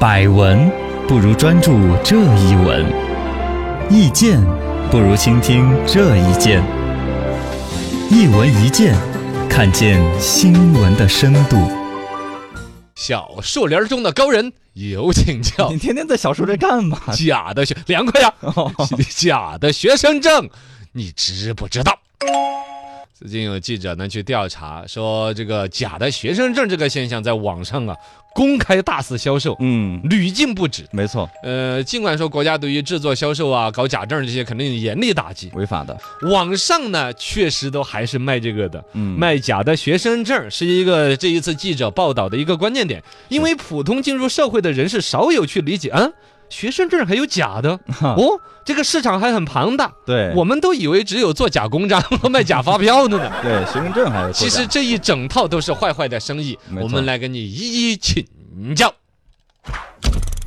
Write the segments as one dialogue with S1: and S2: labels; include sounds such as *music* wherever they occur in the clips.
S1: 百闻不如专注这一闻，意见不如倾听这一见。一闻一见，看见新闻的深度。
S2: 小树林中的高人，有请教
S3: 你天天在小树这干嘛？
S2: 假的学凉快呀、
S1: 哦
S2: 假的学生证，你知不知道？最近有记者呢去调查，说这个假的学生证这个现象在网上啊公开大肆销售，
S3: 嗯，
S2: 屡禁不止。
S3: 没错，
S2: 呃，尽管说国家对于制作、销售啊、搞假证这些肯定严厉打击，
S3: 违法的。
S2: 网上呢确实都还是卖这个的。
S3: 嗯，
S2: 卖假的学生证是一个这一次记者报道的一个关键点，因为普通进入社会的人士少有去理解啊。学生证还有假的哦，这个市场还很庞大。
S3: 对，
S2: 我们都以为只有做假公章 *laughs* 和卖假发票的
S3: *laughs*
S2: 呢。
S3: 对学生证还有
S2: 其实这一整套都是坏坏的生意
S3: 没，错
S2: 我们来跟你一一请教。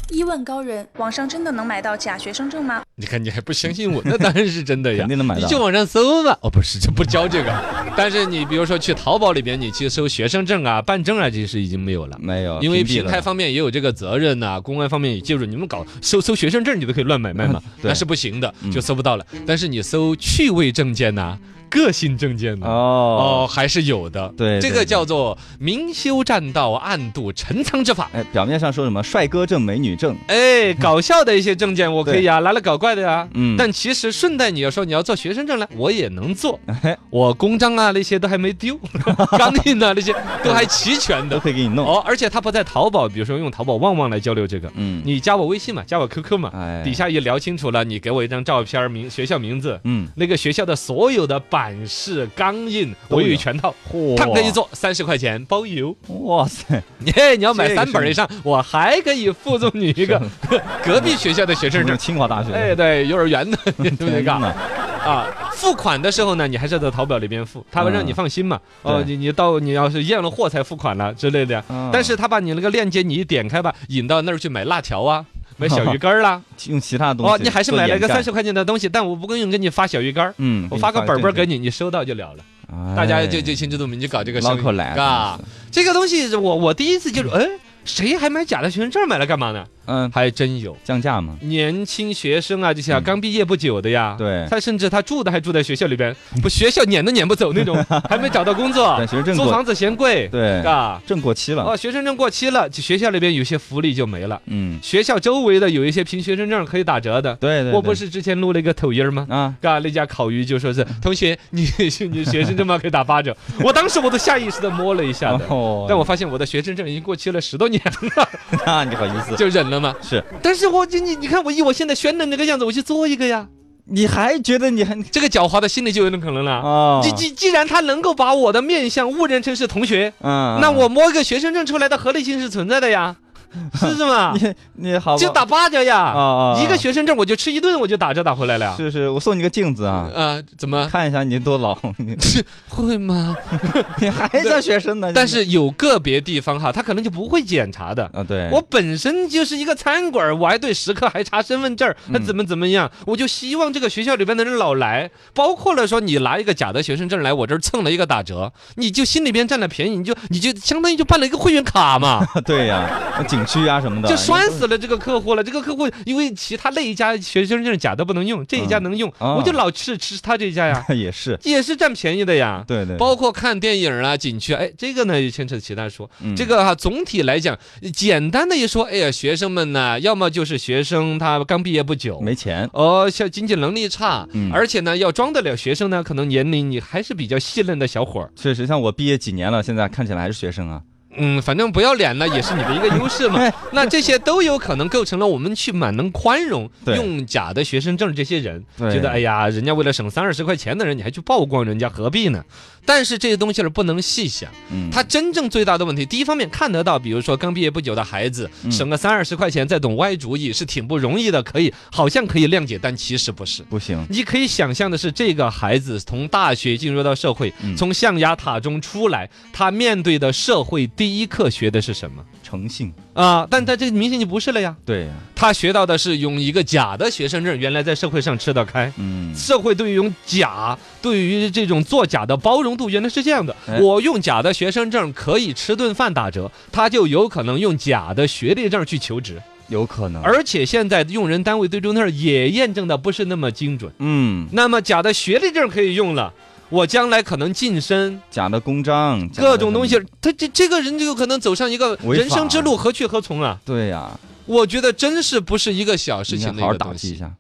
S4: 一问高人，网上真的能买到假学生证吗？
S2: 你看，你还不相信我？那当然是真的呀，
S3: 肯定能买到
S2: 你就网上搜吧。哦，不是，这不教这个。 *laughs* 但是你比如说去淘宝里边，你去搜学生证啊、办证啊，这是已经没有了。
S3: 没有，
S2: 因为
S3: 啊屏蔽
S2: 平
S3: 了，
S2: 台方面也有这个责任呐、公安方面也介入。你们搞搜搜学生证，你都可以乱买卖嘛
S3: 啊对
S2: *laughs*
S3: 嗯
S2: 那是不行的，就搜不到了。但是你搜趣味证件呐、个性证件呐、
S3: 哦
S2: 哦，还是有的。
S3: 对
S2: 这
S3: 对
S2: 个
S3: 对
S2: 叫做明修栈道，暗度陈仓之法。
S3: 哎，表面上说什么帅哥证、美女证，
S2: 哎，搞笑的一些证件我可以啊，拿来搞怪的呀、
S3: 嗯
S2: 但其实顺带你要说你要做学生证呢，我也能做
S3: 嘿，
S2: 我公章啊那些都还没丢， *laughs* 钢印啊那些都还齐全
S3: 都
S2: 的。
S3: 可以给你 *laughs* 弄。
S2: 哦，而且他不在淘宝，比如说用淘宝旺旺来交流这个，
S3: 嗯，
S2: 你加我微信嘛，加我 QQ 嘛，
S3: 哎
S2: 底下一聊清楚了，你给我一张照片儿名学校名字，
S3: 嗯，
S2: 那个学校的所有的版式、钢印，
S3: 都
S2: 我有
S3: 有
S2: 全套。
S3: 嚯
S2: 烫哥一做三十块钱包邮，
S3: 哇塞，
S2: 耶！你要买
S3: 这个
S2: 三本儿以上，我还可以附赠你一个 *laughs* 隔壁学校的学生
S3: *laughs* 这
S2: 证
S3: 是。清华大学，
S2: 哎，对，幼儿园
S3: *laughs*
S2: 的对不对？
S3: 天
S2: 嘎
S3: 哪，
S2: 啊，付款的时候呢，你还是在淘宝里边付，他会让你放心嘛。
S3: 嗯
S2: 哦，
S3: 对
S2: 你你到你要是验了货才付款了之类的呀。
S3: 嗯
S2: 但是他把你那个链接你一点开吧，引到那儿去买辣条
S3: *laughs*
S2: 啊，买小鱼干儿啦。
S3: 用其 *laughs* 他东西
S2: 哦，你还是
S3: 做
S2: 买了
S3: 掩
S2: 个
S3: 盖
S2: 三十，块钱的东西，但我不用给你发小鱼干儿。
S3: 嗯，
S2: 我发个本本儿给
S3: 你，
S2: 你，你收到就了了。
S3: 哎
S2: 大家就就心知肚明，就搞这个
S3: 捞
S2: 生
S3: 口
S2: 意，
S3: 来
S2: 嘎
S3: 真是
S2: 这个东西我我第一次接触，哎，谁还买假的学生证买来干嘛呢？
S3: 嗯，
S2: 还真有，
S3: 降价嘛，
S2: 年轻学生啊，这些啊，
S3: 嗯
S2: 刚毕业不久的呀，
S3: 对
S2: 他甚至他住的还住在学校里边， *laughs* 不学校撵都撵不走那
S3: *laughs*
S2: 种，还没找到工作
S3: 但，学生证
S2: 租
S3: 过
S2: 房子嫌贵，
S3: 对，
S2: 嘎，
S3: 证过期了，
S2: 啊哦，学生证过期了，学校里边有些福利就没了，
S3: 嗯，
S2: 学校周围的有一些凭学生证可以打折的，
S3: 对
S2: *laughs*
S3: 对，
S2: 我不
S3: 对
S2: 是之前录了一个抖音儿吗？
S3: 啊，
S2: 嘎，那家烤鱼就说是
S3: 嗯
S2: 同学，你 *laughs* 是你学生证吗？可以打八折。我当时我都下意识的摸了一下的，
S3: 哦
S2: 但我发现我的学生证已经过期了十多年了，
S3: 那你好意思？
S2: *laughs* 就忍了嘛。
S3: 是，
S2: 但是我就你你看我以我现在宣冷这个样子，我去做一个呀，
S3: 你还觉得你还
S2: 这个狡猾的心里就有点可能了。
S3: 哦
S2: 既既既然他能够把我的面相误认成是同学，
S3: 嗯，
S2: 那我摸一个学生证出来的合理性是存在的 *laughs* 呀，是不是嘛？
S3: 你你好吧，
S2: 就打八折
S3: 啊
S2: 呀，
S3: 啊，啊
S2: 一个学生证我就吃一顿，我就打折打回来了呀。
S3: 是是，我送你个镜子啊，
S2: 啊，怎么 *laughs*
S3: 看一下你多老，你
S2: 会 *laughs* 吗？
S3: 你还叫学生呢？
S2: 但是有个别地方哈，他可能就不会检查的。
S3: 啊，对，
S2: 我本身就是一个餐馆儿，我还对食客还查身份证
S3: 嗯
S2: 儿，那怎么怎么样？我就希望这个学校里边的人老来，包括了说你拿一个假的学生证来我这儿蹭了一个打折，你就心里边占了便宜，你就你就相当于就办了一个会员卡
S3: *laughs*
S2: 嘛，
S3: 对呀，景区啊什么的，
S2: 就拴死了这个客户了。这个客户因为其他那一家学生证假的不能用，这一家能用，
S3: 嗯啊
S2: 我就老吃吃他这家呀，
S3: *laughs* 也是，
S2: 也是占便宜的呀。
S3: 对对，
S2: 包括看电影啊、景区啊，哎，这个呢也牵扯其他说。
S3: 嗯
S2: 这个哈、总体来讲，简单的一说，哎呀，学生们呢，要么就是学生他刚毕业不久，
S3: 没钱，
S2: 哦，像经济能力差，
S3: 嗯
S2: 而且呢要装得了学生呢，可能年龄你还是比较细嫩的小伙儿，
S3: 确实，像我毕业几年了，现在看起来还是学生啊，
S2: 嗯，反正不要脸呢也是你的一个优势嘛
S3: *laughs* 哎。
S2: 那这些都有可能构成了我们去满能宽容
S3: 对
S2: 用假的学生证这些人，
S3: 对
S2: 觉得哎呀，人家为了省三二十块钱的人，你还去曝光人家，何必呢？但是这些东西儿不能细想。
S3: 嗯，
S2: 他真正最大的问题，第一方面看得到，比如说刚毕业不久的孩子，
S3: 嗯
S2: 省个三二十块钱再懂歪主意是挺不容易的，可以好像可以谅解，但其实不是。
S3: 不行，
S2: 你可以想象的是，这个孩子从大学进入到社会，
S3: 嗯
S2: 从象牙塔中出来，他面对的社会第第一课学的是什么
S3: 诚信，
S2: 啊？但他这个明显就不是了呀，
S3: 对呀，
S2: 他学到的是用一个假的学生证，原来在社会上吃得开。
S3: 嗯，
S2: 社会对于用假，对于这种作假的包容度原来是这样的
S3: 哎。
S2: 我用假的学生证可以吃顿饭打折，他就有可能用假的学历证去求职。
S3: 有可能，
S2: 而且现在用人单位对这那儿也验证的不是那么精准。
S3: 嗯，
S2: 那么假的学历证可以用了，我将来可能晋升
S3: 假的公章，假的
S2: 各种东西
S3: 什么，
S2: 他这这个人就有可能走上一个
S3: 违法啊
S2: 人生之路，何去何从啊？
S3: 对呀，
S2: 我觉得真是不是一个小事
S3: 你
S2: 情
S3: 想
S2: 的一
S3: 好好
S2: 个
S3: 打
S2: 东
S3: 击一
S2: 西。
S3: 下，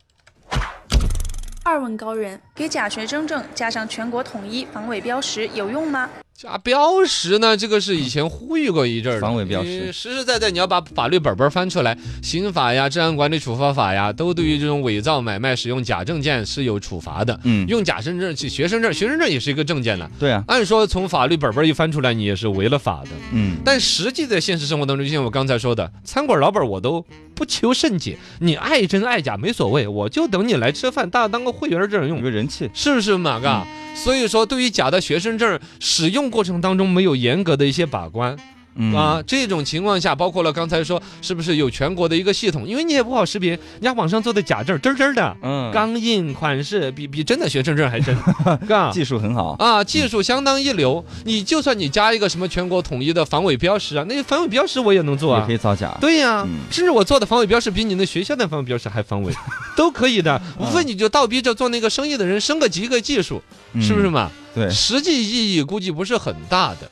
S4: 二问高人，给假学生证加上全国统一防伪标识有用吗？
S2: 假标识呢，这个是以前呼吁过一阵儿的
S3: 防伪标识
S2: 你实实在在，你要把法律本本翻出来，刑法呀、治安管理处罚法呀，都对于这种伪造、买卖、使用假证件是有处罚的。
S3: 嗯，
S2: 用假身证去学生证，学生证也是一个证件了。
S3: 对呀，
S2: 按说从法律本本一翻出来，你也是违了法的。
S3: 嗯，
S2: 但实际在现实生活当中，就像我刚才说的，餐馆老板我都不求甚解，你爱真爱假没所谓，我就等你来吃饭，大家当个会员儿这样
S3: 有
S2: 用，
S3: 个人气，
S2: 是不是马嘎？
S3: 嗯
S2: 所以说，对于假的学生证使用过程当中没有严格的一些把关、
S3: 嗯
S2: 啊，，这种情况下，包括了刚才说是不是有全国的一个系统，因为你也不好识别，人家网上做的假证真真的，
S3: 嗯，
S2: 钢印款式比比真的学生证还真，
S3: *laughs*
S2: 嘎。
S3: 技术很好，
S2: 啊，技术相当一流。你就算你加一个什么全国统一的防伪标识啊，那防伪标识我也能做
S3: 也
S2: 啊
S3: 可。以造假，
S2: 对呀、
S3: 嗯
S2: 甚至我做的防伪标识比你那学校的防伪标识还防
S3: *laughs*
S2: 伪，都可以的。无非你就倒逼着做那个生意的人升个级一个技术，
S3: 嗯
S2: 是不是？嘛？
S3: 对，
S2: 实际意义估计不是很大的。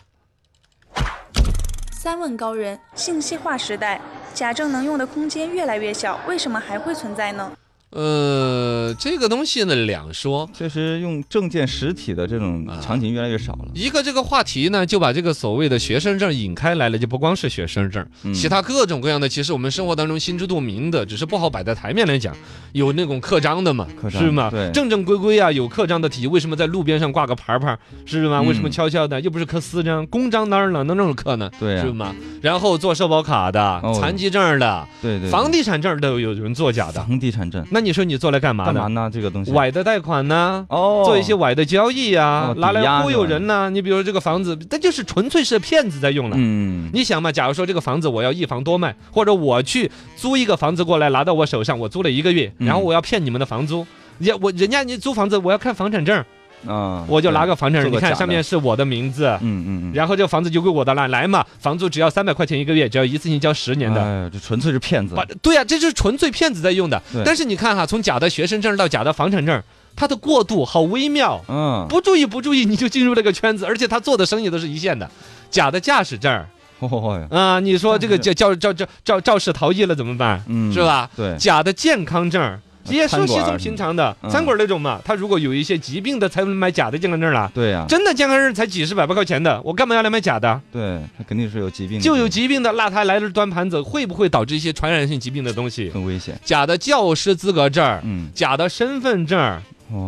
S4: 三问高人，信息化时代，假证能用的空间越来越小，为什么还会存在呢？
S2: 呃，这个东西呢两说，
S3: 确实用证件实体的这种
S2: 啊
S3: 场景越来越少了，
S2: 一个这个话题呢，就把这个所谓的学生证引开来了，就不光是学生证，
S3: 嗯
S2: 其他各种各样的，其实我们生活当中心知肚明的，只是不好摆在台面来讲。有那种刻章的嘛，
S3: 刻章
S2: 是吗？
S3: 对
S2: 正正规规啊，有刻章的题，为什么在路边上挂个牌牌？是吗？
S3: 嗯
S2: 为什么悄悄的？又不是刻私章，公章当然了，能那种刻呢？
S3: 嗯对呀啊
S2: 是吗？然后做社保卡的、
S3: 哦
S2: 残疾证的、
S3: 对对，
S2: 房
S3: 地
S2: 地产证都有人作假的。
S3: 房地产证
S2: 那你说你做来干嘛
S3: 嗯干嘛
S2: 的？
S3: 呢？这个东西，
S2: 崴的贷款呢？
S3: 哦，
S2: 做一些歪的交易啊
S3: 哦，
S2: 拿
S3: 抵押
S2: 来忽悠
S3: 是吧
S2: 人呐、你比如这个房子，那就是纯粹是骗子在用了。
S3: 嗯，
S2: 你想嘛，假如说这个房子我要一房多卖，或者我去租一个房子过来拿到我手上，我租了一个月，
S3: 嗯
S2: 然后我要骗你们的房租。也我人家你租房子，我要看房产证，
S3: 啊，
S2: 我就拿个房产证，
S3: 做
S2: 你
S3: 个假的
S2: 看上面是我的名字
S3: 对，，嗯嗯嗯，
S2: 然后这房子就归我的了，来嘛，房租只要三百块钱一个月，只要一次性交十年的。
S3: 哎呦，这纯粹是骗子
S2: 把，对呀、这就是纯粹骗子在用的
S3: 对。
S2: 但是你看哈，从假的学生证到假的房产证，它的过渡好微妙。
S3: 嗯，
S2: 不注意不注意，你就进入这个圈子，而且他做的生意都是一线的，假的驾驶证儿
S3: 哦，
S2: 啊、你说这个
S3: 那就
S2: 叫叫叫叫肇肇事逃逸了怎么办？
S3: 嗯，
S2: 是？吧？
S3: 对，呃
S2: 假的健康证儿。也
S3: 餐
S2: 是稀
S3: 馆
S2: 松
S3: 儿
S2: 平常的
S3: 嗯
S2: 餐馆儿那种嘛，他如果有一些疾病的才能买假的健康证儿啦，
S3: 对呀，
S2: 真的健康证儿才几十百把块钱的，我干嘛要来买假
S3: 嗯
S2: 的？
S3: 对，他肯定是有疾病的，
S2: 就有疾病的，那他来这儿端盘子，会不会导致一些传染性疾病的东西？
S3: 很危险，
S2: 假的教师资格证儿，
S3: 嗯，
S2: 假的身份证儿，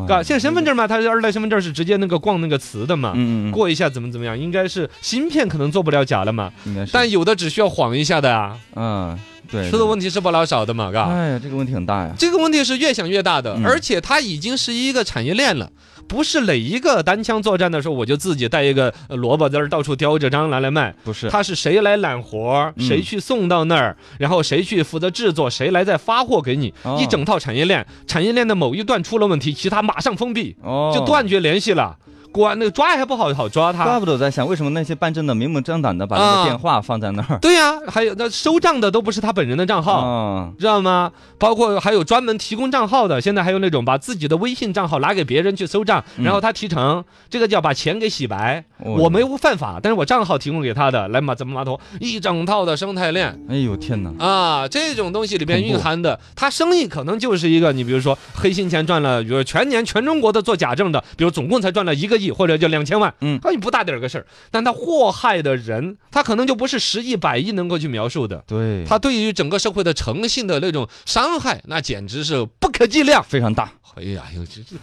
S3: 哇
S2: 啊，现在身份证儿嘛，它是二代身份证儿是直接那个逛那个词的嘛，
S3: 嗯嗯嗯，嗯
S2: 过一下怎么怎么样，应该是芯片可能做不了假了嘛，
S3: 应该是，
S2: 但有的只需要晃一下的啊，
S3: 嗯，对，
S2: 出的
S3: 对
S2: 问题啊是不老少的嘛，嘎。
S3: 哎呀，这个问题很大呀，
S2: 这个问题是越想越大的
S3: 嗯，
S2: 而且它已经是一个产业链了，不是哪一个单枪作战的时候我就自己带一个呃萝卜在那儿到处叼着张拿来卖，
S3: 不是，
S2: 它是谁来揽活儿，
S3: 嗯
S2: 谁去送到那儿，然后谁去负责制作，谁来再发货给你，
S3: 哦
S2: 一整套产业链，产业链的某一段出了问题，其他马上封闭，
S3: 哦，
S2: 就断绝联系了。果然那个抓还不好好抓他，
S3: 怪不得我在想，为什么那些办证的明目张胆的把那
S2: 啊
S3: 个电话放在那儿？
S2: 对呀、还有那收账的都不是他本人的账号。
S3: 啊，
S2: 知道吗？包括还有专门提供账号的，现在还有那种把自己的微信账号拿给别人去收账，
S3: 嗯
S2: 然后他提成，这个叫把钱给洗白。
S3: 哦
S2: 我没有犯法，但是我账号提供给他的，来嘛，怎么码头一整套的生态链
S3: 哎呦天哪！
S2: 啊，这种东西里边
S3: 恐怖
S2: 蕴含的，他生意可能就是一个，你比如说黑心钱赚了，比如说全年全中国的做假证的，比如总共才赚了一个亿或者就两千万，
S3: 嗯
S2: 啊，你不大点儿个事儿，但他祸害的人，他可能就不是十亿百亿能够去描述的。
S3: 对，
S2: 他对于整个社会的诚信的那种伤害，那简直是不可计量。
S3: 非常大。
S2: 哎呀，有这这